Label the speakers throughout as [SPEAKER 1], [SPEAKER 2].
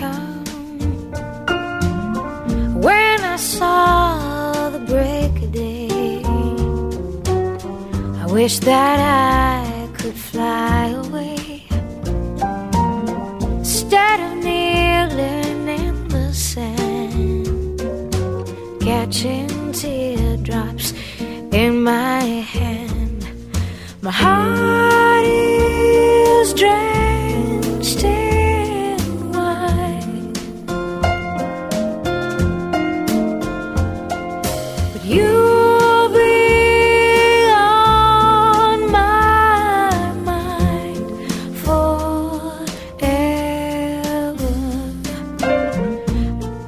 [SPEAKER 1] come. When I saw the break of day, I wish that I could fly away. Instead of kneeling in the sand, catching teardrops in my hand, my heart is drenched in wine. But you'll be on my mind forever.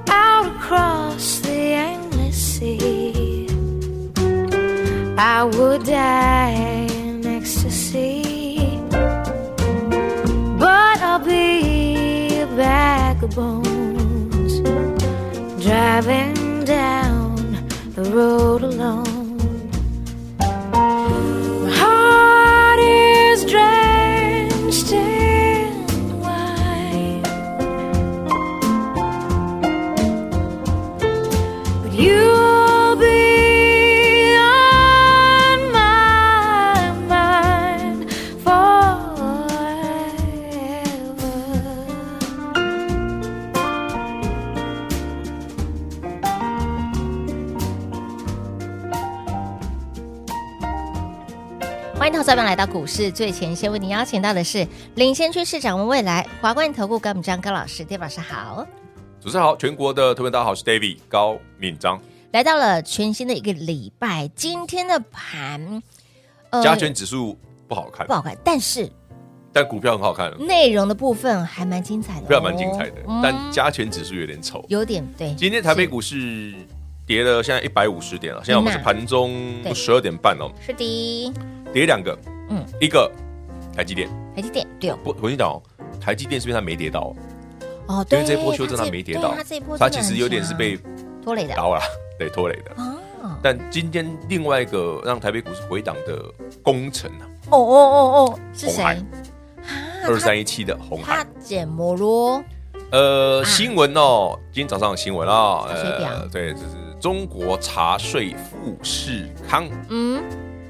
[SPEAKER 1] Out across the endless sea, I would die in ecstasy. But I'll be a bag of bones driving down the road alone. My heart is drenched in wine, but you'll be on my mind forever.
[SPEAKER 2] 欢迎投资者们来到股市最前线，为您邀请到的是领先趋势掌握未来华冠投顾高敏章高老师，大家晚上好。
[SPEAKER 3] 主持人好，全国的特别大家好，我是 David 高敏章，
[SPEAKER 2] 来到了全新的一个礼拜，今天的盘，呃
[SPEAKER 3] 加权指数不好看
[SPEAKER 2] 不，好看，但是
[SPEAKER 3] 但股票很好看，
[SPEAKER 2] 内容的部分还蛮精彩的、哦，
[SPEAKER 3] 股票蛮精彩的，
[SPEAKER 2] 嗯
[SPEAKER 3] 但加权指数有点丑。
[SPEAKER 2] 有点对。
[SPEAKER 3] 今天台北股市跌了，现在一百五十点了，现在我们是盘中
[SPEAKER 2] 对
[SPEAKER 3] 十二点半哦，
[SPEAKER 2] 是是的，
[SPEAKER 3] 跌两个，
[SPEAKER 2] 嗯
[SPEAKER 3] 嗯，一个台积电，
[SPEAKER 2] 台积电对哦，
[SPEAKER 3] 我我跟你讲哦，台积电是因为它没跌到哦，
[SPEAKER 2] 哦
[SPEAKER 3] 因
[SPEAKER 2] 对，
[SPEAKER 3] 为这一波修正它没跌到
[SPEAKER 2] 对它这一波，
[SPEAKER 3] 它
[SPEAKER 2] 真的
[SPEAKER 3] 其
[SPEAKER 2] 很
[SPEAKER 3] 实有点是
[SPEAKER 2] 强啊
[SPEAKER 3] 被
[SPEAKER 2] 拖累的
[SPEAKER 3] 刀啦， 对拖累的。
[SPEAKER 2] 哦
[SPEAKER 3] 但今天另外一个让台北股市回档的工程啊，
[SPEAKER 2] 哦哦哦哦，是谁
[SPEAKER 3] 红海
[SPEAKER 2] 啊？
[SPEAKER 3] 二三一七的红海
[SPEAKER 2] 他，捡摩罗啊
[SPEAKER 3] 呃，新闻哦，今天早上的新闻啊，
[SPEAKER 2] 查水表
[SPEAKER 3] 呃，对，就是中国茶税富士康，
[SPEAKER 2] 嗯，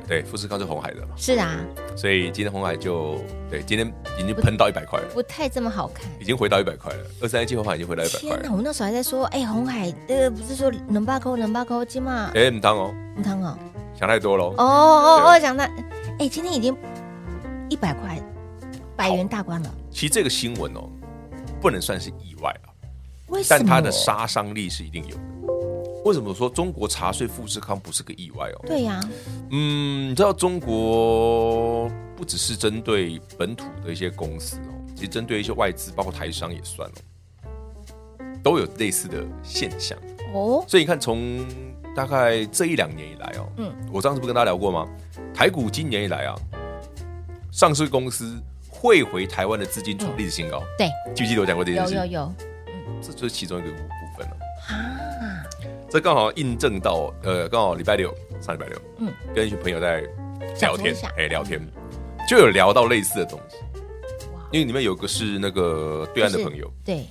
[SPEAKER 3] 对，富士康是红海的嘛，
[SPEAKER 2] 是啊，
[SPEAKER 3] 所以今天红海就对，今天已经喷到一百块了，
[SPEAKER 2] 不太这么好看。
[SPEAKER 3] 已经回到一百块了，二三一七红海已经回到一百块
[SPEAKER 2] 天哪！
[SPEAKER 3] 了，
[SPEAKER 2] 我那时候还在说，哎、红海，呃，不是说能八扣能八扣金嘛？
[SPEAKER 3] 哎，唔当哦，
[SPEAKER 2] 你看哦，
[SPEAKER 3] 想太多喽
[SPEAKER 2] 哦，哦
[SPEAKER 3] 对
[SPEAKER 2] 哦，讲到，哎、今天已经一百块百元大关了，
[SPEAKER 3] 其实这个新闻哦，不能算是意外啊，
[SPEAKER 2] 为什么？
[SPEAKER 3] 但它的杀伤力是一定有的。为什么说中国茶税富士康不是个意外哦？
[SPEAKER 2] 对呀、
[SPEAKER 3] 嗯，你知道中国不只是针对本土的一些公司哦，其实针对一些外资，包括台商也算哦，都有类似的现象。
[SPEAKER 2] 哦，
[SPEAKER 3] 所以你看，从大概这一两年以来哦，
[SPEAKER 2] 嗯
[SPEAKER 3] 嗯，我上次不跟大家聊过吗？台股今年以来啊，上市公司汇回台湾的资金创历史新高，
[SPEAKER 2] 对，
[SPEAKER 3] 记不记得我讲过这件
[SPEAKER 2] 有
[SPEAKER 3] 事？
[SPEAKER 2] 有有
[SPEAKER 3] 这就是其中一个部分了、
[SPEAKER 2] 啊，
[SPEAKER 3] 这刚好印证到，呃，刚好礼拜六，上礼拜六，
[SPEAKER 2] 嗯
[SPEAKER 3] 嗯，跟一群朋友在
[SPEAKER 2] 小
[SPEAKER 3] 聊
[SPEAKER 2] 酌一
[SPEAKER 3] 天
[SPEAKER 2] 下，嗯
[SPEAKER 3] 哎、聊天就有聊到类似的东西，因为里面有个是那个对岸的
[SPEAKER 2] 就是
[SPEAKER 3] 朋友，
[SPEAKER 2] 对，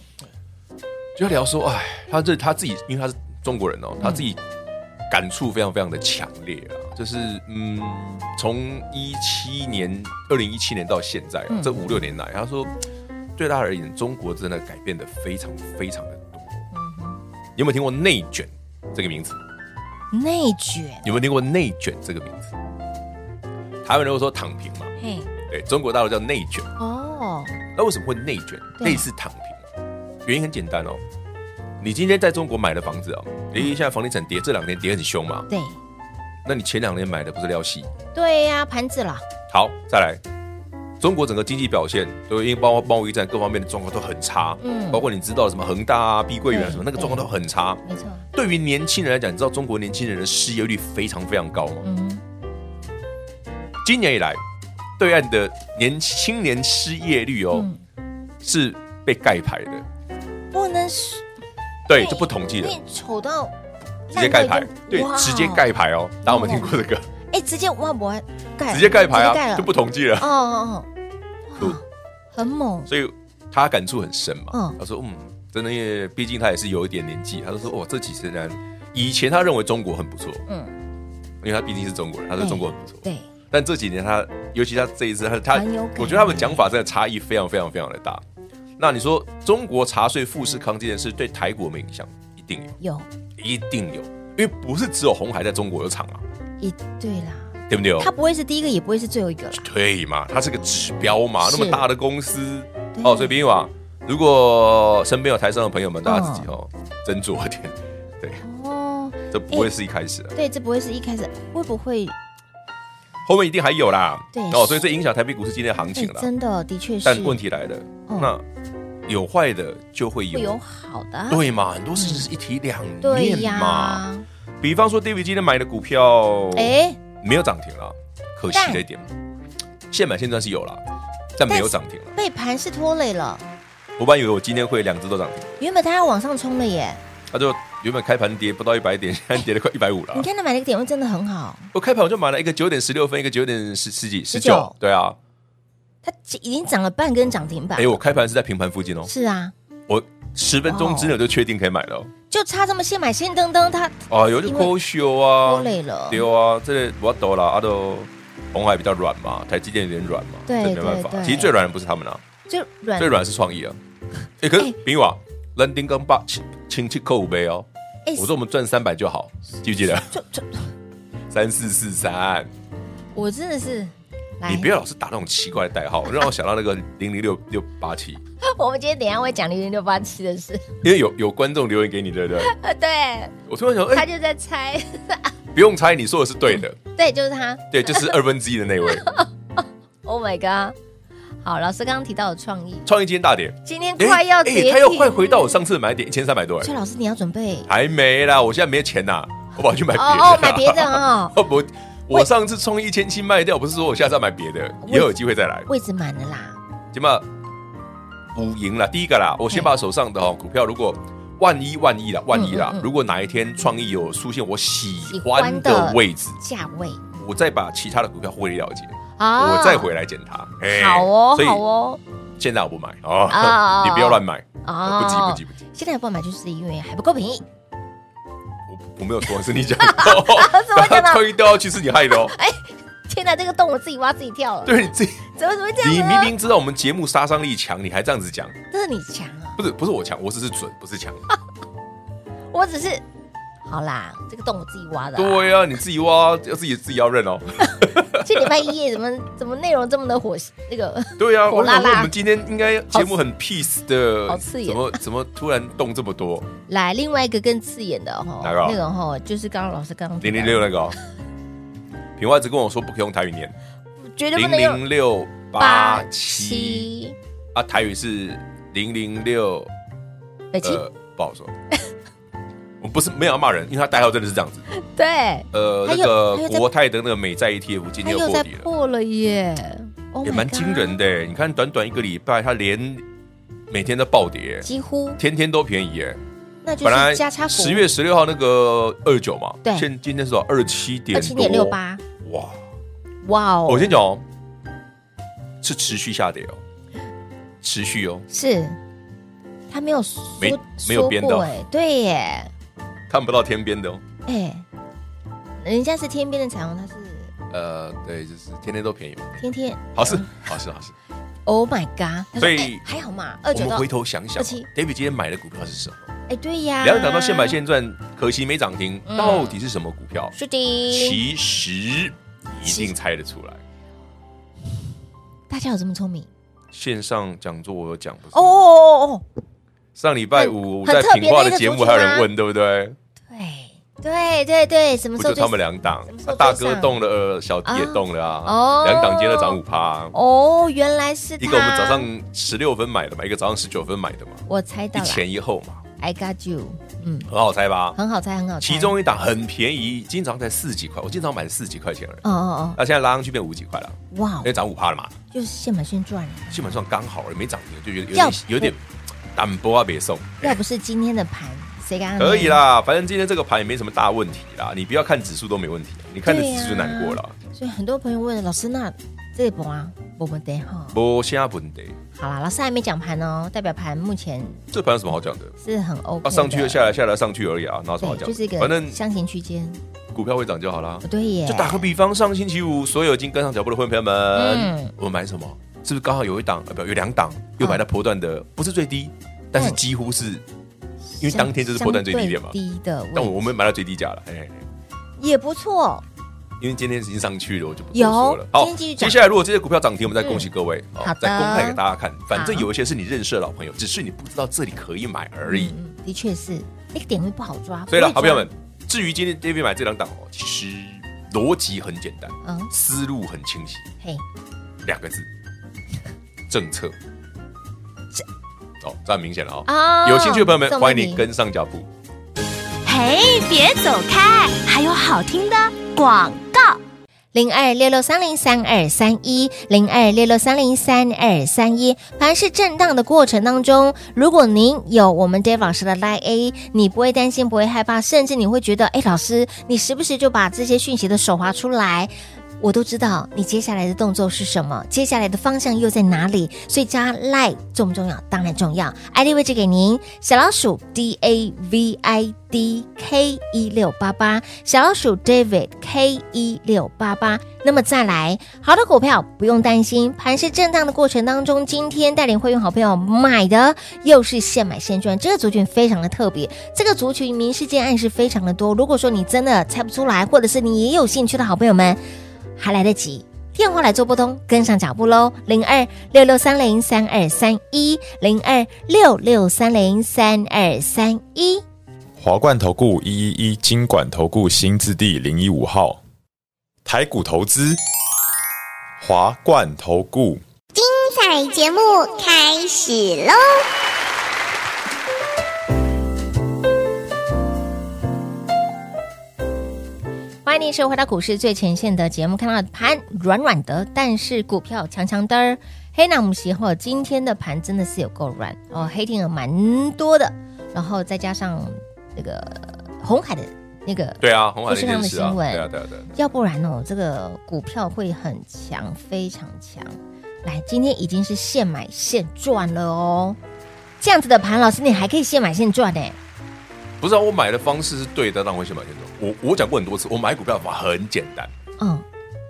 [SPEAKER 3] 就聊说，哎，他这他自己，因为他是中国人哦，他自己感触非常非常的强烈啊，就是嗯，从一七年，二零一七年到现在、啊
[SPEAKER 2] 嗯
[SPEAKER 3] 这五六年来，他说对他而言，中国真的改变的非常非常的多。你有没有听过内卷这个名词？
[SPEAKER 2] 内卷，
[SPEAKER 3] 有没有听过内卷这个名字？台湾人会说躺平嘛，
[SPEAKER 2] 嘿，
[SPEAKER 3] 对中国大陆叫内卷。
[SPEAKER 2] 哦，
[SPEAKER 3] 那为什么会内卷？
[SPEAKER 2] 对
[SPEAKER 3] 类似躺平，原因很简单哦。你今天在中国买的房子哦，诶，现在房地产跌，这两年跌很凶嘛。
[SPEAKER 2] 对，
[SPEAKER 3] 那你前两年买的不是料息？
[SPEAKER 2] 对呀、盘子啦，
[SPEAKER 3] 好，再来，中国整个经济表现都因为包括贸易战各方面的状况都很差，
[SPEAKER 2] 嗯
[SPEAKER 3] 包括你知道什么恒大啊、碧桂园啊
[SPEAKER 2] 对
[SPEAKER 3] 什么，那个状况都很差。
[SPEAKER 2] 没错，
[SPEAKER 3] 对于年轻人来讲，你知道中国年轻人的失业率非常非常高吗？
[SPEAKER 2] 嗯，
[SPEAKER 3] 今年以来，对岸的年青年失业率哦、
[SPEAKER 2] 嗯
[SPEAKER 3] 是被盖牌的，
[SPEAKER 2] 不能是
[SPEAKER 3] 对，就不统计了，
[SPEAKER 2] 你丑到
[SPEAKER 3] 直接盖牌，对，
[SPEAKER 2] 哇
[SPEAKER 3] 直接盖牌哦。大家有没有听过这个？
[SPEAKER 2] 哎、直接哇我盖
[SPEAKER 3] 直接盖牌
[SPEAKER 2] 哎直接
[SPEAKER 3] 啊，
[SPEAKER 2] 了
[SPEAKER 3] 就不统计了。
[SPEAKER 2] 哦哦哦，
[SPEAKER 3] 对
[SPEAKER 2] 哇很猛，
[SPEAKER 3] 所以他感触很深嘛。
[SPEAKER 2] 嗯
[SPEAKER 3] 他说，嗯，真的，因为毕竟他也是有一点年纪，他就说，哦，这几十年以前他认为中国很不错，
[SPEAKER 2] 嗯，
[SPEAKER 3] 因为他毕竟是中国人，他说
[SPEAKER 2] 对
[SPEAKER 3] 中国很不错。
[SPEAKER 2] 对，
[SPEAKER 3] 但这几年他，尤其他这一次，他他
[SPEAKER 2] 很有感，
[SPEAKER 3] 我觉得他们讲法真的差异非常非常非常的大。那你说中国茶税富士康这件事对台股有没有影响？一定有，
[SPEAKER 2] 有
[SPEAKER 3] 一定有，因为不是只有红海在中国有厂啊，
[SPEAKER 2] 一对啦，
[SPEAKER 3] 对不哦对？
[SPEAKER 2] 他不会是第一个，也不会是最后一个啦，
[SPEAKER 3] 对嘛，它是个指标嘛，
[SPEAKER 2] 是
[SPEAKER 3] 那么大的公司
[SPEAKER 2] 对
[SPEAKER 3] 哦，所以别友啊，如果身边有台商的朋友们，大家自
[SPEAKER 2] 嗯
[SPEAKER 3] 己哦斟酌 一点，对，
[SPEAKER 2] 哦，
[SPEAKER 3] 这不会是一开始啊，
[SPEAKER 2] 对，这不会是一开始，会不会？
[SPEAKER 3] 后面一定还有啦，
[SPEAKER 2] 对
[SPEAKER 3] 哦，
[SPEAKER 2] 是
[SPEAKER 3] 所以这影响台北股市今天的行
[SPEAKER 2] 哎
[SPEAKER 3] 情啦。
[SPEAKER 2] 真的，的确是，
[SPEAKER 3] 但问题来了，
[SPEAKER 2] 嗯
[SPEAKER 3] 那有坏的就会
[SPEAKER 2] 会有
[SPEAKER 3] 有，
[SPEAKER 2] 好的啊，
[SPEAKER 3] 对嘛，很多事情是一体两
[SPEAKER 2] 对
[SPEAKER 3] 面嘛。哦
[SPEAKER 2] 呀，
[SPEAKER 3] 比方说，David 今天买的股票，
[SPEAKER 2] 哎，
[SPEAKER 3] 没有涨停了，可惜了一点，现买现赚是有了，但没有涨停了。
[SPEAKER 2] 被盘是拖累了，
[SPEAKER 3] 我本来以为我今天会两只都涨停。
[SPEAKER 2] 原本它要往上冲了耶，
[SPEAKER 3] 他啊就原本开盘跌不到一百点，现在跌了快一百五了
[SPEAKER 2] 你。看它买那个点位真的很好，
[SPEAKER 3] 我开盘我就买了一个九点十六分，一个九点十十几十
[SPEAKER 2] 19
[SPEAKER 3] 九，对啊，
[SPEAKER 2] 它已经涨了半根涨停板
[SPEAKER 3] 哎，，我开盘是在平盘附近哦，
[SPEAKER 2] 是啊，
[SPEAKER 3] 我十分钟之内我就确定可以买了哦。
[SPEAKER 2] 就差这么现买现登登，它
[SPEAKER 3] 哦，有就抠修啊
[SPEAKER 2] 拖，累了，
[SPEAKER 3] 丢啊，这个我抖了啊都。红海比较软嘛，台积电有点软嘛，
[SPEAKER 2] 对
[SPEAKER 3] 这没办法
[SPEAKER 2] 对。对
[SPEAKER 3] 其实最软的不是他们啊，
[SPEAKER 2] 就软
[SPEAKER 3] 最软的是创意啊。哎，可是
[SPEAKER 2] 哎
[SPEAKER 3] 平瓦人丁跟八亲亲戚扣五杯哦。
[SPEAKER 2] 哎
[SPEAKER 3] 我说我们赚三百就好，记不记得？
[SPEAKER 2] 就就
[SPEAKER 3] 三四四三，
[SPEAKER 2] 我真的是，来
[SPEAKER 3] 你不要老是打那种奇怪的代号，让我想到那个零零六六八七，
[SPEAKER 2] 我们今天等一下会讲零零六八七的事，
[SPEAKER 3] 因为有有观众留言给你，对不对？
[SPEAKER 2] 呃，对，
[SPEAKER 3] 我突然想，哎、
[SPEAKER 2] 他就在猜，
[SPEAKER 3] 不用猜，你说的是对的，
[SPEAKER 2] 对，就是他
[SPEAKER 3] 对，就是二分之一的那位。
[SPEAKER 2] ，Oh my god！好，老师刚刚提到的创意，
[SPEAKER 3] 创意今天大跌，
[SPEAKER 2] 今天
[SPEAKER 3] 哎
[SPEAKER 2] 快要跌停，
[SPEAKER 3] 哎他又快回到我上次的买点一千三百多，
[SPEAKER 2] 所
[SPEAKER 3] 哎，
[SPEAKER 2] 以老师你要准备
[SPEAKER 3] 还没啦，我现在没钱呐，我跑去买别的、
[SPEAKER 2] 哦哦，买别的 哦，
[SPEAKER 3] 我不，我上次创意一千七卖掉，不是说我下次要买别的，也有机会再来。
[SPEAKER 2] 位置满了啦，
[SPEAKER 3] 起码五赢了，第一个啦，我先把手上的哦股票，如果万一万一啦，万一啦，
[SPEAKER 2] 嗯嗯嗯
[SPEAKER 3] 如果哪一天创意有出现我喜
[SPEAKER 2] 喜
[SPEAKER 3] 欢
[SPEAKER 2] 欢
[SPEAKER 3] 的
[SPEAKER 2] 的
[SPEAKER 3] 位置，
[SPEAKER 2] 价位
[SPEAKER 3] 我再把其他的股票获利了结，
[SPEAKER 2] 啊
[SPEAKER 3] 我再回来检查。哎
[SPEAKER 2] 好哦，
[SPEAKER 3] 所以
[SPEAKER 2] 好哦，
[SPEAKER 3] 现在我不买
[SPEAKER 2] 啊啊
[SPEAKER 3] 哦
[SPEAKER 2] 啊，
[SPEAKER 3] 你不要乱买，
[SPEAKER 2] 啊
[SPEAKER 3] 不急不急不急，
[SPEAKER 2] 现在不买就是因为还不够便 宜，
[SPEAKER 3] 我我没有说是你讲 的 哦，
[SPEAKER 2] 是我讲的
[SPEAKER 3] 创意掉下去是你害 的哦，
[SPEAKER 2] 哎天哪，这个洞我自己挖自己跳了，
[SPEAKER 3] 对你自己，
[SPEAKER 2] 怎么怎么这
[SPEAKER 3] 你明
[SPEAKER 2] 样啊呢？
[SPEAKER 3] 明知道我们节目杀伤力强，你还这样子讲，
[SPEAKER 2] 这是你强啊，
[SPEAKER 3] 不是不是我强，我只是准，不是强。
[SPEAKER 2] 我只是好啦，这个洞我自己挖的啊，
[SPEAKER 3] 对呀，你自己挖，要自己自己要认哦。
[SPEAKER 2] 这礼拜一夜怎么怎么内容这么的火那个。
[SPEAKER 3] 对呀、啊，
[SPEAKER 2] 火
[SPEAKER 3] 我
[SPEAKER 2] 辣辣
[SPEAKER 3] 想说我们今天应该节目很 peace 的，
[SPEAKER 2] 好刺眼
[SPEAKER 3] 怎么怎么突然动这 么多？
[SPEAKER 2] 来，另外一个更刺眼的哈，
[SPEAKER 3] 哪个
[SPEAKER 2] 那个哈，就是刚刚老师刚刚提
[SPEAKER 3] 零
[SPEAKER 2] 到
[SPEAKER 3] 零，六那个、哦，平花一直跟我说不可以用台语念，
[SPEAKER 2] 绝对不
[SPEAKER 3] 零
[SPEAKER 2] 能用
[SPEAKER 3] 零六八七
[SPEAKER 2] 87
[SPEAKER 3] 啊，台语是零零六，
[SPEAKER 2] 北七，
[SPEAKER 3] 呃，不好说。 我不是没有要骂人，因为他代号真的是这样子。
[SPEAKER 2] 对，
[SPEAKER 3] 呃，
[SPEAKER 2] 他
[SPEAKER 3] 那
[SPEAKER 2] 又
[SPEAKER 3] 个
[SPEAKER 2] 他又在
[SPEAKER 3] 国泰的那个美债 E ETF 今
[SPEAKER 2] 他
[SPEAKER 3] 天又
[SPEAKER 2] 又
[SPEAKER 3] 破
[SPEAKER 2] 在
[SPEAKER 3] 底了，
[SPEAKER 2] 破了耶，Oh
[SPEAKER 3] 也
[SPEAKER 2] my
[SPEAKER 3] 蛮惊
[SPEAKER 2] God，
[SPEAKER 3] 人的欸耶。你看短短一个礼拜，它连每天都暴跌，欸
[SPEAKER 2] 几乎
[SPEAKER 3] 天天都便宜欸耶。
[SPEAKER 2] 那就
[SPEAKER 3] 本来
[SPEAKER 2] 是加差幅
[SPEAKER 3] 十月十六号那个二九嘛，
[SPEAKER 2] 对
[SPEAKER 3] 现今天是多少？二七点
[SPEAKER 2] 二七点六，八，
[SPEAKER 3] 哇！
[SPEAKER 2] 哇哦，
[SPEAKER 3] 我先讲哦，是持续下跌哦，持续哦，
[SPEAKER 2] 是他没有说
[SPEAKER 3] 没没有编的
[SPEAKER 2] 说过哎，对耶，
[SPEAKER 3] 看不到天边的哦。
[SPEAKER 2] 哎，人家是天边的彩虹，他是
[SPEAKER 3] 呃，对，就是天天都便宜嘛，
[SPEAKER 2] 天天
[SPEAKER 3] 好事，好事，好事。
[SPEAKER 2] ，Oh my God，他说
[SPEAKER 3] 所以
[SPEAKER 2] 哎还好嘛，二
[SPEAKER 3] 我
[SPEAKER 2] 九
[SPEAKER 3] 们
[SPEAKER 2] 到
[SPEAKER 3] 回头想想哦
[SPEAKER 2] 27
[SPEAKER 3] ，David 今天买的股票是什么？
[SPEAKER 1] 哎，对呀，
[SPEAKER 3] 两档到现买现赚，可惜没涨停，
[SPEAKER 2] 啊嗯
[SPEAKER 3] 到底是什么股票？
[SPEAKER 1] 是的，
[SPEAKER 3] 其实一定猜得出来。
[SPEAKER 2] 大家有这么聪明
[SPEAKER 3] 线上讲座我有讲不是
[SPEAKER 2] 哦？哦哦哦，
[SPEAKER 3] 上礼拜五我在平话的节目还
[SPEAKER 2] 啊
[SPEAKER 3] 有人问，对不对？
[SPEAKER 2] 对，
[SPEAKER 1] 对对对，什么
[SPEAKER 3] 不
[SPEAKER 1] 时候
[SPEAKER 3] 就
[SPEAKER 1] 最
[SPEAKER 3] 他们两档
[SPEAKER 1] 什么，时
[SPEAKER 3] 啊
[SPEAKER 1] 候
[SPEAKER 3] 大
[SPEAKER 1] 追
[SPEAKER 3] 哥
[SPEAKER 1] 上
[SPEAKER 3] 动了，小弟也动了
[SPEAKER 1] 哦
[SPEAKER 3] 啊，两档今天都涨五趴。
[SPEAKER 1] 哦，原来是他
[SPEAKER 3] 一个我们早上十六分买的嘛，一个早上十九分买的嘛，
[SPEAKER 2] 我猜到
[SPEAKER 3] 一
[SPEAKER 2] 了
[SPEAKER 3] 前一后嘛，
[SPEAKER 2] ，I got you，嗯，
[SPEAKER 3] 很好猜吧？
[SPEAKER 2] 很好猜，很好猜。
[SPEAKER 3] 其中一档很便宜，经常才四十几块，我经常买四十几块钱而已。
[SPEAKER 2] 哦哦
[SPEAKER 3] 那现在拉上去变五十几块了，
[SPEAKER 2] 哦，哇
[SPEAKER 3] 因，为涨五趴了嘛，
[SPEAKER 2] 就是现买现赚，
[SPEAKER 3] 基本上刚好也没涨停，就觉得有
[SPEAKER 2] 要
[SPEAKER 3] 点有点淡薄啊，别送。
[SPEAKER 2] 要不是今天的盘，谁敢？
[SPEAKER 3] 可以，啦，反正今天这个盘也没什么大问题啦，你不要看指数都没问题，你看着指数就难过了。
[SPEAKER 2] 所以很多朋友问老师，那这一波啊，我们得哈。
[SPEAKER 3] 不下本的，
[SPEAKER 2] 好啦，老师还没讲盘哦，代表盘目前
[SPEAKER 3] 这盘有什么好讲的？
[SPEAKER 2] 是很 OK 的。
[SPEAKER 3] 啊，上去又下来，下来上去而已啊，哪有什么好
[SPEAKER 2] 对，
[SPEAKER 3] 讲
[SPEAKER 2] 就
[SPEAKER 3] 的？
[SPEAKER 2] 是一个
[SPEAKER 3] 反正
[SPEAKER 2] 箱型区间。哦
[SPEAKER 3] 股票会涨就好啦
[SPEAKER 2] 不。对啊耶，
[SPEAKER 3] 就打个比方，上星期五所有已经跟上脚步的混朋友
[SPEAKER 2] 嗯
[SPEAKER 3] 们，我们买什么？是不是刚好有一档？呃，不，有两档又买到波段的，不是最低，但是几乎是，因为当天就是波段最低点嘛
[SPEAKER 2] 嗯相。对低的位置，
[SPEAKER 3] 但我我们买到最低价了，哎，
[SPEAKER 2] 也不错。
[SPEAKER 3] 因为今天已经上去了，我就不多
[SPEAKER 2] 有
[SPEAKER 3] 说了。
[SPEAKER 2] 今天继续涨嗯
[SPEAKER 3] 接下来如果这些股票涨停，我们再恭喜各位，哦
[SPEAKER 2] 好的
[SPEAKER 3] 再公开给大家看。反正
[SPEAKER 2] 好
[SPEAKER 3] 有一些是你认识的老朋友，只是你不知道这里可以买而已。
[SPEAKER 2] 嗯，嗯的确是那个点位不好抓。
[SPEAKER 3] 所以了，
[SPEAKER 2] 不会
[SPEAKER 3] 好朋
[SPEAKER 2] 抓
[SPEAKER 3] 友们，，至于今天 David 买这两档哦，其实逻辑很简单，
[SPEAKER 2] 嗯，
[SPEAKER 3] 思路很清晰，
[SPEAKER 2] 嘿，
[SPEAKER 3] 两个字，政 策。哦，这很明显了哦。
[SPEAKER 2] 啊
[SPEAKER 3] 有兴趣的朋友们，
[SPEAKER 2] 这么
[SPEAKER 3] 欢迎你
[SPEAKER 2] 明
[SPEAKER 3] 跟上脚步。
[SPEAKER 4] 嘿，别走开，还有好听的广告。
[SPEAKER 2] 零二六六三零三二三一，零二六六三零三二三一，盘是震荡的过程当中，如果您有我们 Dave 老师的 Line A，你不会担心，不会害怕，甚至你会觉得，哎，老师，你时不时就把这些讯息的手滑出来。我都知道你接下来的动作是什么，接下来的方向又在哪里，所以加 Line 重不重要？当然重要。ID 位置给您，小老鼠 D A V I D K 一六八八，小老鼠 David K 一六八八。那么再来，好的股票不用担心，盘市震荡的过程当中，今天带领会员好朋友买的又是现买现赚，这个族群非常的特别，这个族群明示见暗示非常的多。如果说你真的猜不出来，或者是你也有兴趣的好朋友们，还来得及。电话来做拨通，跟上脚步喽！零二六六三零三二三一，零二六六三零三二三一。
[SPEAKER 5] 华冠投顾一一一金管投顾新字第零一五号，台股投资，华冠投顾。
[SPEAKER 6] 彩节目开始喽！
[SPEAKER 2] 欢迎您收回到股市最前线的节目，看到盘软软的，但是股票强强的儿。黑那姆西后今天的盘真的是有够软哦，黑天鹅蛮多的，然后再加上那个红海的那个，
[SPEAKER 3] 对啊，红海
[SPEAKER 2] 这是
[SPEAKER 3] 那
[SPEAKER 2] 他们
[SPEAKER 3] 件
[SPEAKER 2] 的
[SPEAKER 3] 事啊，
[SPEAKER 2] 新闻
[SPEAKER 3] 对啊，对啊，对啊。
[SPEAKER 2] 要不然哦，这个股票会很强，非常强。来，今天已经是现买现赚了哦，这样子的盘，老师你还可以现买现赚呢。
[SPEAKER 3] 不是啊，我买的方式是对的，但我先买先 走。我我讲过很多次，我买股票的法很简单，
[SPEAKER 2] 嗯，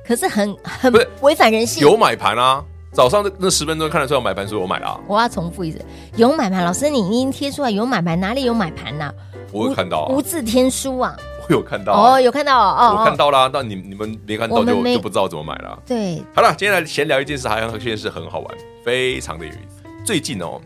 [SPEAKER 2] 可是很很
[SPEAKER 3] 不是
[SPEAKER 2] 违反人性。
[SPEAKER 3] 有买盘啊。早上那那十分钟看得出来我买盘，所以我买了、啊，
[SPEAKER 2] 我要重复一次，有买盘，老师你已经贴出来有买盘，哪里有买盘呐、
[SPEAKER 3] 我有看到、啊，
[SPEAKER 2] 无字天书啊！
[SPEAKER 3] 我有看到、啊，
[SPEAKER 2] 哦，有看到哦哦，
[SPEAKER 3] 我看到啦。那你你们没看
[SPEAKER 2] 我
[SPEAKER 3] 到
[SPEAKER 2] 们
[SPEAKER 3] 就
[SPEAKER 2] 没
[SPEAKER 3] 就不知道怎么买了啊、
[SPEAKER 2] 对，
[SPEAKER 3] 好了，今天来闲聊一件事，还有一件事很好玩，非常的有意思。最近哦，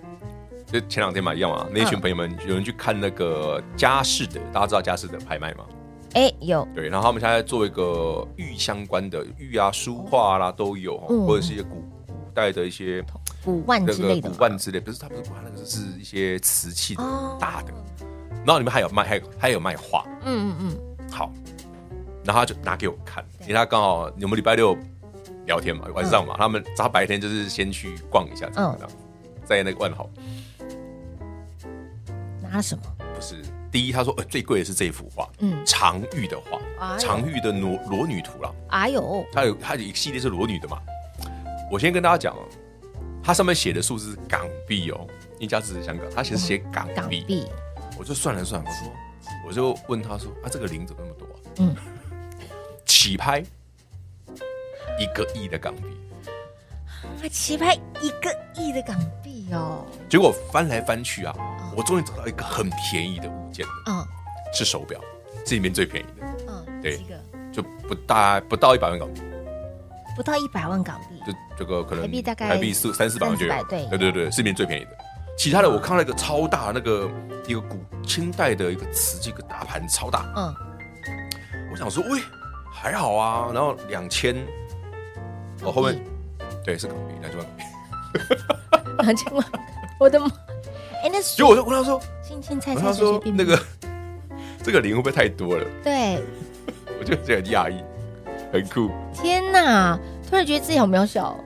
[SPEAKER 3] 就前两天嘛一样嘛，那一群朋友们有人去看那个佳士得，大家知道佳士得拍卖吗？
[SPEAKER 2] 哎，有
[SPEAKER 3] 对，然后他们现在做一个玉相关的玉啊、书画啦、都有、哦，
[SPEAKER 2] 嗯
[SPEAKER 3] 或者是一些古古代的一些
[SPEAKER 2] 五万
[SPEAKER 3] 那
[SPEAKER 2] 嗯之
[SPEAKER 3] 个
[SPEAKER 2] 类的
[SPEAKER 3] 古
[SPEAKER 2] 嘛，
[SPEAKER 3] 玩之类，不是它不是古玩，那个是一些瓷器的
[SPEAKER 2] 哦
[SPEAKER 3] 大的。然后里面还有卖，还有还有卖画，
[SPEAKER 2] 嗯嗯嗯，
[SPEAKER 3] 好，然后他就拿给我看，因为他刚好我们礼拜六聊天嘛，晚上嘛，他们他白天就是先去逛一下，这样
[SPEAKER 2] 嗯
[SPEAKER 3] 这样在那个万豪，
[SPEAKER 2] 拿了什么？
[SPEAKER 3] 不是第一，他说呃最贵的是这幅画，
[SPEAKER 2] 嗯
[SPEAKER 3] 常玉的
[SPEAKER 2] 哎呦
[SPEAKER 3] 画，常玉的裸裸女图啦，
[SPEAKER 2] 哎呦，
[SPEAKER 3] 它有它有一系列是裸女的嘛。我先跟大家讲哦，它上面写的数字是港币哦，因为家是香港，它写写港
[SPEAKER 2] 嗯港
[SPEAKER 3] 币，
[SPEAKER 2] 币，
[SPEAKER 3] 我就算了算，我说我就问他说啊这个零怎么那么多啊？
[SPEAKER 2] 嗯，
[SPEAKER 3] 起拍一个亿的港币，
[SPEAKER 2] 啊它起拍一个亿的港币哦，
[SPEAKER 3] 结果翻来翻去啊，我终于找到一个很便宜的物件了，
[SPEAKER 2] 嗯
[SPEAKER 3] 是手表，这里面最便宜的，
[SPEAKER 2] 嗯，
[SPEAKER 3] 对
[SPEAKER 2] 几个
[SPEAKER 3] 就不大不到一百万港币，
[SPEAKER 2] 不到一百万港币，
[SPEAKER 3] 就这个可能
[SPEAKER 2] 台币大概
[SPEAKER 3] 台币四三四百万就有
[SPEAKER 2] 三四，百对
[SPEAKER 3] 对对对，市面最便宜的。其他的我看到一个超大那个一个古清代的一个瓷器，一个大盘超大，
[SPEAKER 2] 嗯
[SPEAKER 3] 我想说，喂，还好啊。然后两千，哦，后面对是港币两千万港币。
[SPEAKER 2] 两千万，我的妈！哎，那
[SPEAKER 3] 结果我就问他说，
[SPEAKER 2] 青青菜
[SPEAKER 3] 我
[SPEAKER 2] 菜
[SPEAKER 3] 跟他
[SPEAKER 2] 随随
[SPEAKER 3] 说
[SPEAKER 2] 便
[SPEAKER 3] 那
[SPEAKER 2] 便
[SPEAKER 3] 个 这个零会不会太多了？
[SPEAKER 2] 对，
[SPEAKER 3] 我就觉得很讶异，很酷。
[SPEAKER 2] 天哪！突然觉得自己好渺小，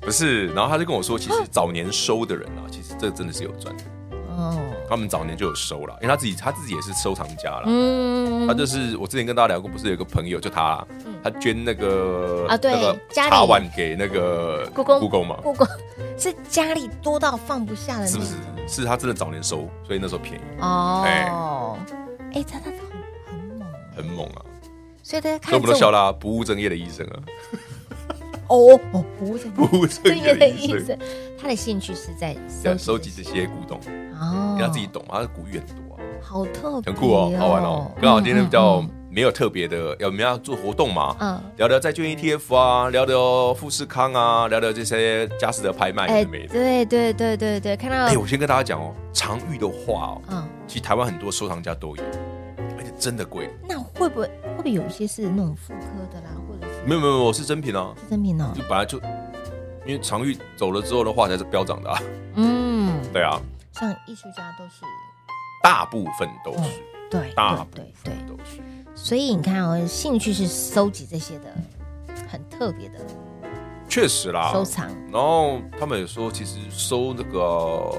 [SPEAKER 3] 不是，然后他就跟我说，其实早年收的人啊，其实这真的是有赚的，
[SPEAKER 2] 哦，
[SPEAKER 3] 他们早年就有收了，因为他自己他自己也是收藏家啦。
[SPEAKER 2] 嗯
[SPEAKER 3] 他啊就是我之前跟大家聊过，不是有一个朋友，就他，他捐那个
[SPEAKER 2] 啊对
[SPEAKER 3] 那个
[SPEAKER 2] 家里
[SPEAKER 3] 茶碗给那个
[SPEAKER 2] 故宫
[SPEAKER 3] Google 嘛，
[SPEAKER 2] 不过是家里多到放不下的那
[SPEAKER 3] 是
[SPEAKER 2] 种
[SPEAKER 3] 不是？是他真的早年收，所以那时候便宜，
[SPEAKER 2] 哦，哎，他他很很猛，
[SPEAKER 3] 很猛啊！
[SPEAKER 2] 所以大家
[SPEAKER 3] 所以
[SPEAKER 2] 看
[SPEAKER 3] 我们都笑
[SPEAKER 2] 了
[SPEAKER 3] 啦，不务正业的医生啊，
[SPEAKER 2] 哦哦，不是
[SPEAKER 3] 不务正业的医生，
[SPEAKER 2] 思，他的兴趣是在
[SPEAKER 3] 对啊，
[SPEAKER 2] 收
[SPEAKER 3] 收
[SPEAKER 2] 集
[SPEAKER 3] 集这些古董，
[SPEAKER 2] 哦
[SPEAKER 3] 因为他自己懂嘛，他的古玉很多啊，
[SPEAKER 2] 好特别，嗯
[SPEAKER 3] 很酷哦，好玩哦。刚好今天比较没有特别的，要我们要做活动嘛，
[SPEAKER 2] 嗯，
[SPEAKER 3] 聊聊债券 ETF 啊，聊聊富士康啊，聊聊这些家私的拍卖
[SPEAKER 2] 哎，
[SPEAKER 3] 有的没的。
[SPEAKER 2] 对对对对对，看
[SPEAKER 3] 哎，
[SPEAKER 2] 到
[SPEAKER 3] 我先跟大家讲哦，常玉的话哦，
[SPEAKER 2] 嗯，
[SPEAKER 3] 其实台湾很多收藏家都有，而且真的贵。
[SPEAKER 2] 那会不会会不会有一些是那种妇科的啦，或者是
[SPEAKER 3] 没有没有，没有我是真品啊，
[SPEAKER 2] 真品哦
[SPEAKER 3] 就？本来就因为常玉走了之后的话才是飙涨的啊。
[SPEAKER 2] 嗯，
[SPEAKER 3] 对啊，
[SPEAKER 2] 像艺术家都是
[SPEAKER 3] 大部分都是，
[SPEAKER 2] 对，
[SPEAKER 3] 大部
[SPEAKER 2] 对对
[SPEAKER 3] 分都是。
[SPEAKER 2] 嗯对，所以你看哦，兴趣是收集这些的，很特别的
[SPEAKER 3] 确实啦，
[SPEAKER 2] 收藏，
[SPEAKER 3] 然后他们也说，其实收那个呃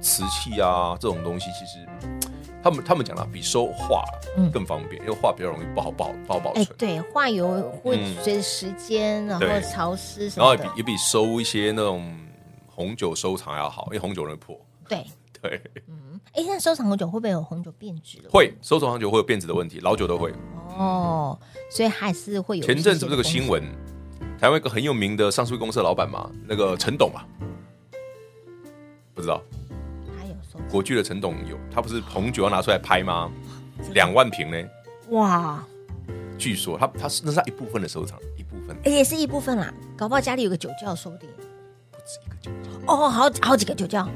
[SPEAKER 3] 瓷器啊这种东西，其实他们他们讲啦，比收画
[SPEAKER 2] 嗯
[SPEAKER 3] 更方便，因为画比较容易不好保不好保
[SPEAKER 2] 哎
[SPEAKER 3] 存，，
[SPEAKER 2] 对，画油会
[SPEAKER 3] 嗯
[SPEAKER 2] 随着时间，然后
[SPEAKER 3] 对
[SPEAKER 2] 潮湿什
[SPEAKER 3] 然后
[SPEAKER 2] 么
[SPEAKER 3] 也
[SPEAKER 2] 的
[SPEAKER 3] 比，也比收一些那种红酒收藏要好，因为红酒容易破。
[SPEAKER 2] 对。
[SPEAKER 3] 对，
[SPEAKER 2] 哎，那收藏红酒会不会有红酒变质的？
[SPEAKER 3] 会收藏红酒会有变质的问题，老酒都会。
[SPEAKER 2] 哦，所以还是会有
[SPEAKER 3] 前阵子不是有个
[SPEAKER 2] 一些
[SPEAKER 3] 新闻，台湾一个很有名的上市公司的老板嘛，那个陈董嘛，不知道
[SPEAKER 2] 风险，还有收
[SPEAKER 3] 国巨的陈董有，他不是红酒要拿出来拍吗？两万瓶呢？
[SPEAKER 2] 哇，
[SPEAKER 3] 据说他他是那是他一部分的收藏，一部分
[SPEAKER 2] 诶也是一部分啦，搞不好家里有个酒窖，说不定
[SPEAKER 3] 不止一个酒窖。
[SPEAKER 2] 哦，好好几个酒窖，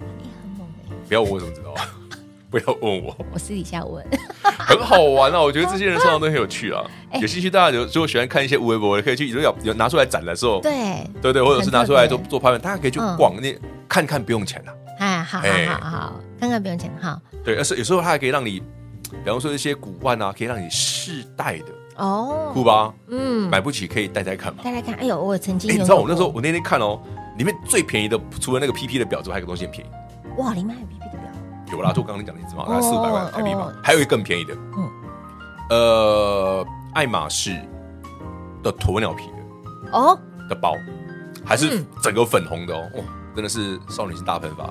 [SPEAKER 2] 也很猛哎，
[SPEAKER 3] 不要问我怎么知道啊， 不要问我，
[SPEAKER 2] 我私底下问，
[SPEAKER 3] 很好玩啊！我觉得这些人收藏都很有趣 啊。有兴趣大家有如果喜欢看一些无微博的，可以去如果有有拿出来展的时 候，
[SPEAKER 2] 对，
[SPEAKER 3] 对对，或者是拿出来
[SPEAKER 2] 很特
[SPEAKER 3] 做
[SPEAKER 2] 别
[SPEAKER 3] 做拍卖，大家可以去
[SPEAKER 2] 嗯
[SPEAKER 3] 逛，那看看不用钱啊。
[SPEAKER 2] 哎，好
[SPEAKER 3] 哎
[SPEAKER 2] 好好好，看看不用钱哈，
[SPEAKER 3] 对，而是有时候它还可以让你，比方说一些古玩啊，可以让你试戴的，
[SPEAKER 2] 哦，
[SPEAKER 3] 酷吧？
[SPEAKER 2] 嗯，
[SPEAKER 3] 买不起可以戴戴看嘛。
[SPEAKER 2] 大家看，哎呦，我曾经
[SPEAKER 3] 哎，你
[SPEAKER 2] 有
[SPEAKER 3] 知道我那时候我那天看哦，里面最便宜的除了那个 PP 的表之外，还有个东西很便宜，
[SPEAKER 2] 哇，里面还有 P P 的表，
[SPEAKER 3] 有啦，就我刚刚讲的那只嘛，
[SPEAKER 2] 哦
[SPEAKER 3] 大概四五百万台币嘛
[SPEAKER 2] 哦，
[SPEAKER 3] 还有一个更便宜的，
[SPEAKER 2] 嗯
[SPEAKER 3] 呃，爱马仕的鸵鸟皮的
[SPEAKER 2] 哦，
[SPEAKER 3] 的包，还是
[SPEAKER 2] 嗯
[SPEAKER 3] 整个粉红的哦，哇，真的是少女心大喷发。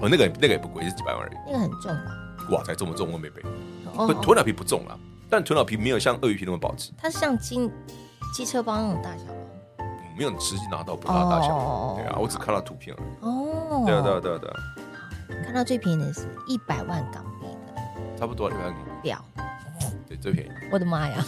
[SPEAKER 3] 哦，那个也那个也不贵，也是几百万而已。
[SPEAKER 2] 那个很重吧？
[SPEAKER 3] 哇，才这么重，我没背。
[SPEAKER 2] 哦
[SPEAKER 3] 不，鸵鸟皮不重啦，但鸵鸟皮没有像鳄鱼皮那么保值，
[SPEAKER 2] 它是像金机车包那种大小吗
[SPEAKER 3] 没有实际拿到不大的大小。
[SPEAKER 2] 哦
[SPEAKER 3] 对啊，我只看到图片而已。
[SPEAKER 2] 哦，
[SPEAKER 3] 对啊，对啊，对啊，对啊，
[SPEAKER 2] 看到最便宜的是一百万港币的
[SPEAKER 3] 差不多了，一百五，
[SPEAKER 2] 表，
[SPEAKER 3] 啊对，最便宜，
[SPEAKER 2] 我的妈呀！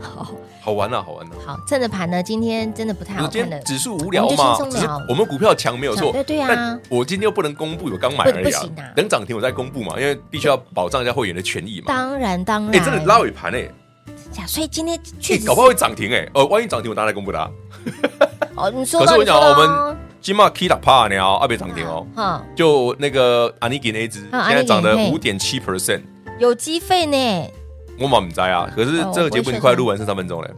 [SPEAKER 2] 好
[SPEAKER 3] 好玩啊，好玩啊。
[SPEAKER 2] 好，趁着盘呢，今天真的不太
[SPEAKER 3] 我
[SPEAKER 2] 好
[SPEAKER 3] 今
[SPEAKER 2] 看了
[SPEAKER 3] 天。指数无聊
[SPEAKER 2] 我们
[SPEAKER 3] 嘛
[SPEAKER 2] 就轻，松
[SPEAKER 3] 只是
[SPEAKER 2] 聊
[SPEAKER 3] 我们股票强没有错，
[SPEAKER 2] 对对啊
[SPEAKER 3] 但我今天又不能公布我刚买而
[SPEAKER 2] 不不
[SPEAKER 3] 已
[SPEAKER 2] 行啊
[SPEAKER 3] 啊，等涨停我再公布嘛，因为必须要保障一下会员的权益嘛。
[SPEAKER 2] 当然当然，
[SPEAKER 3] 哎，真的拉尾盘哎，
[SPEAKER 2] 假所以今天确
[SPEAKER 3] 哎，
[SPEAKER 2] 实
[SPEAKER 3] 搞不好会涨停哎，呃，万一涨停我当然公布啦。
[SPEAKER 2] 哦，你说
[SPEAKER 3] 可
[SPEAKER 2] 到
[SPEAKER 3] 是我
[SPEAKER 2] 你
[SPEAKER 3] 讲
[SPEAKER 2] 说
[SPEAKER 3] 我
[SPEAKER 2] 到哦
[SPEAKER 3] 们今嘛 K 打趴了哦，二倍涨停哦。
[SPEAKER 2] 哈，
[SPEAKER 3] 就那个阿尼给那一只，
[SPEAKER 2] 啊
[SPEAKER 3] 现在涨了
[SPEAKER 2] 阿尼给嘿
[SPEAKER 3] 五点七 percent，
[SPEAKER 2] 有机费呢。
[SPEAKER 3] 我满不在啊。可是
[SPEAKER 2] 哦
[SPEAKER 3] 这个节目你快录完剩三分钟了，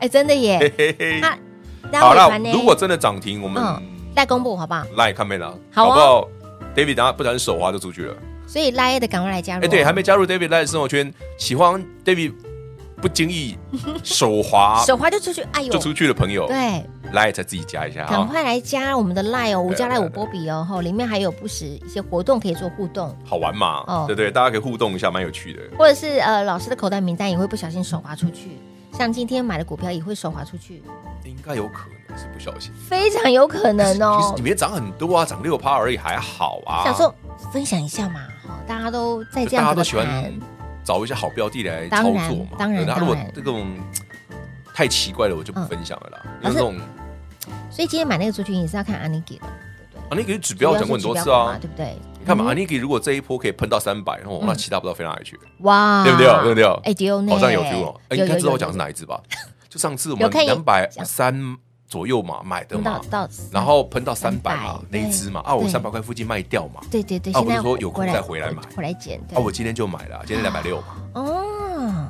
[SPEAKER 2] 哎，真的耶
[SPEAKER 3] 嘿！嘿嘿。
[SPEAKER 2] 那待
[SPEAKER 3] 好
[SPEAKER 2] 会
[SPEAKER 3] 啦
[SPEAKER 2] 盘呢，？
[SPEAKER 3] 如果真的涨停，我们
[SPEAKER 2] 嗯赖公布好不好？
[SPEAKER 3] 赖看妹啦，
[SPEAKER 2] 好哦
[SPEAKER 3] 搞不好 David 等下不小心手滑就出去了。
[SPEAKER 2] 所以赖的赶快来加入哦。
[SPEAKER 3] 哎，对，还没加入 David 赖的生活圈，喜欢 David 不经意手 滑
[SPEAKER 2] 手滑就出去，哎呦
[SPEAKER 3] 就，出去的朋友，
[SPEAKER 2] 对，
[SPEAKER 3] 赖再自己加一下
[SPEAKER 2] 赶
[SPEAKER 3] 啊，
[SPEAKER 2] 快来加我们的赖哦，五加赖
[SPEAKER 3] 对
[SPEAKER 2] 五
[SPEAKER 3] 对对
[SPEAKER 2] 波比哦，吼，里面还有不时一些活动可以做互动。
[SPEAKER 3] 好玩
[SPEAKER 2] 哦
[SPEAKER 3] 嘛，对不对？大家可以互动一下，蛮有趣的。
[SPEAKER 2] 或者是呃老师的口袋名单也会不小心手滑出去，像今天买的股票也会手滑出去，
[SPEAKER 3] 应该有可能，是不小心。
[SPEAKER 2] 非常有可能
[SPEAKER 3] 其实
[SPEAKER 2] 哦
[SPEAKER 3] 里。面涨很多啊，涨六趴而已，还好啊。
[SPEAKER 2] 想说分享一下嘛，哈，大家都在这
[SPEAKER 3] 大
[SPEAKER 2] 样
[SPEAKER 3] 家
[SPEAKER 2] 子
[SPEAKER 3] 都
[SPEAKER 2] 的
[SPEAKER 3] 喜欢
[SPEAKER 2] 谈，
[SPEAKER 3] 找一些好标的来
[SPEAKER 2] 当
[SPEAKER 3] 操
[SPEAKER 2] 然
[SPEAKER 3] 作嘛。
[SPEAKER 2] 当然
[SPEAKER 3] 对那
[SPEAKER 2] 当
[SPEAKER 3] 如果
[SPEAKER 2] 然
[SPEAKER 3] 这种太奇怪了，我就不分享了啦。
[SPEAKER 2] 嗯
[SPEAKER 3] 因为这种
[SPEAKER 2] 所以今天买那个族群也是要看 Aniki 的，
[SPEAKER 3] 啊，那个指标讲过很多
[SPEAKER 2] 主要
[SPEAKER 3] 次
[SPEAKER 2] 是指标股嘛
[SPEAKER 3] 啊。
[SPEAKER 2] 对不对？嗯
[SPEAKER 3] 你看嘛，啊，那个如果这一波可以喷到三百，哦，那其他不知道飞哪里去，
[SPEAKER 2] 哇，
[SPEAKER 3] 对不对？对不对？
[SPEAKER 2] 哎，丢呢，
[SPEAKER 3] 好像有 feel 哦。哎，
[SPEAKER 2] 有
[SPEAKER 3] 应该知道我讲
[SPEAKER 2] 有
[SPEAKER 3] 的是哪一只吧？就上次我
[SPEAKER 2] 有
[SPEAKER 3] 们
[SPEAKER 2] 看有
[SPEAKER 3] 两百三左右嘛买的
[SPEAKER 2] 有到
[SPEAKER 3] 嘛，
[SPEAKER 2] 到，
[SPEAKER 3] 然后喷到三百嘛
[SPEAKER 2] 300
[SPEAKER 3] 那一只嘛，啊，我
[SPEAKER 2] 对
[SPEAKER 3] 三百块附近卖掉嘛，
[SPEAKER 2] 对对对，
[SPEAKER 3] 啊
[SPEAKER 2] 现
[SPEAKER 3] 我
[SPEAKER 2] 在
[SPEAKER 3] 就说有空再回
[SPEAKER 2] 回
[SPEAKER 3] 来买
[SPEAKER 2] 回来捡。对
[SPEAKER 3] 啊，我今天就买了，今天两百六嘛，
[SPEAKER 2] 哦，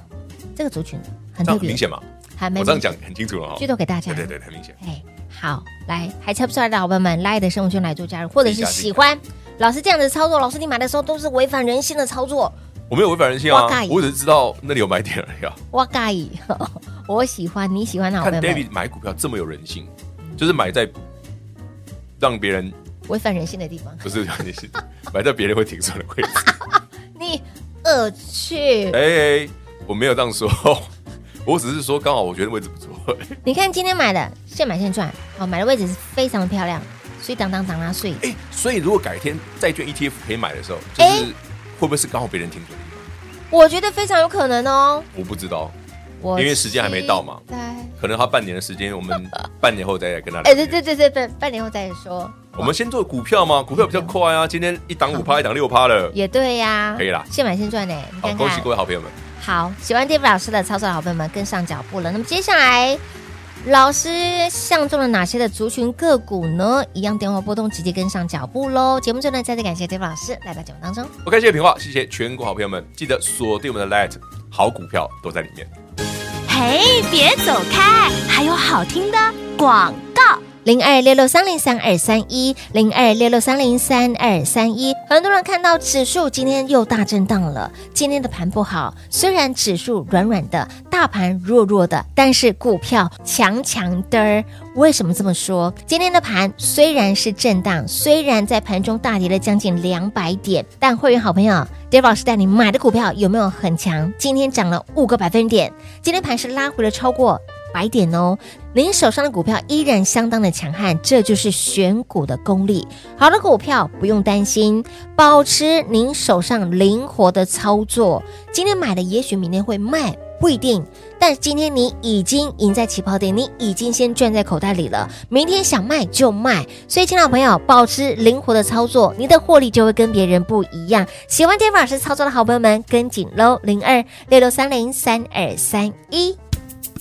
[SPEAKER 2] 这个族群很特
[SPEAKER 3] 这样很
[SPEAKER 2] 别
[SPEAKER 3] 明，显嘛，
[SPEAKER 2] 还没
[SPEAKER 3] 我这样讲很清楚了
[SPEAKER 2] 剧
[SPEAKER 3] 哦。
[SPEAKER 2] 透给大家，
[SPEAKER 3] 对对对，很明显。
[SPEAKER 2] 哎，好，来还猜不出来的伙伴们，来的生活圈来做加入，或者是喜欢老师这样的操作，老师你买的时候都是违反人性的操作，
[SPEAKER 3] 我没有违反人性啊
[SPEAKER 2] 我尬，意
[SPEAKER 3] 我只是知道那里有买点而已啊。
[SPEAKER 2] 我介意， 我喜欢，你喜欢的伙
[SPEAKER 3] 看
[SPEAKER 2] 伴们，
[SPEAKER 3] David 买股票这么有人性，就是买在让别人
[SPEAKER 2] 违反人性的地方，
[SPEAKER 3] 不是 买在别人会停损的位置。
[SPEAKER 2] 你恶趣。
[SPEAKER 3] 哎、哎我没有这样说，我只是说刚好我觉得位置不错。
[SPEAKER 2] 你看今天买的现买现赚，哦，买的位置是非常的漂亮，所以当当当啦，所以
[SPEAKER 3] 哎、所以如果改天债券 ETF 可以买的时候，就是
[SPEAKER 2] 哎
[SPEAKER 3] 会不会是刚好别人停损的地方？
[SPEAKER 2] 我觉得非常有可能哦。
[SPEAKER 3] 我不知道，
[SPEAKER 2] 我
[SPEAKER 3] 因为时间还没到嘛
[SPEAKER 2] 期待
[SPEAKER 3] 可能他半年的时间，我们半年后再来跟他聊。
[SPEAKER 2] 哎，对对对对，半半年后再说，
[SPEAKER 3] 我们先做股票嘛，股票比较快啊，今天一档五趴，一档六趴了。
[SPEAKER 2] 也对呀，
[SPEAKER 3] 可以啦
[SPEAKER 2] 现买现赚呢，你
[SPEAKER 3] 好，
[SPEAKER 2] 看
[SPEAKER 3] 恭喜
[SPEAKER 2] 看
[SPEAKER 3] 各。位好朋友们。
[SPEAKER 2] 好，喜欢 Dave 老师的操作的好朋友们跟上脚步了。那么接下来，老师相中了哪些的族群个股呢？一样电话拨通，直接跟上脚步喽。节目最后呢，再次感谢 Dave 老师来到节目当中。
[SPEAKER 3] OK，谢谢平话，谢谢全国好朋友们，记得锁定我们的 Light，好股票都在里面。
[SPEAKER 4] 嘿，别走开，还有好听的广告。
[SPEAKER 2] 零二六六三零三二三一，零二六六三零三二三一。很多人看到指数今天又大震荡了，今天的盘不好，虽然指数软软的，大盘弱弱的，但是股票强强的儿。为什么这么说？今天的盘虽然是震荡，虽然在盘中大跌了将近两百点，但会员好朋友 Dave 老师带你买的股票有没有很强？今天涨了五个百分点，今天盘是拉回了超过百点哦。您手上的股票依然相当的强悍，这就是选股的功力。好的股票不用担心，保持您手上灵活的操作。今天买的，也许明天会卖，不一定。但今天你已经赢在起跑点，你已经先赚在口袋里了。明天想卖就卖，所以，亲爱的朋友，保持灵活的操作，你的获利就会跟别人不一样。喜欢 d a 老师操作的好朋友们，跟紧喽，零二六六三零三二三一。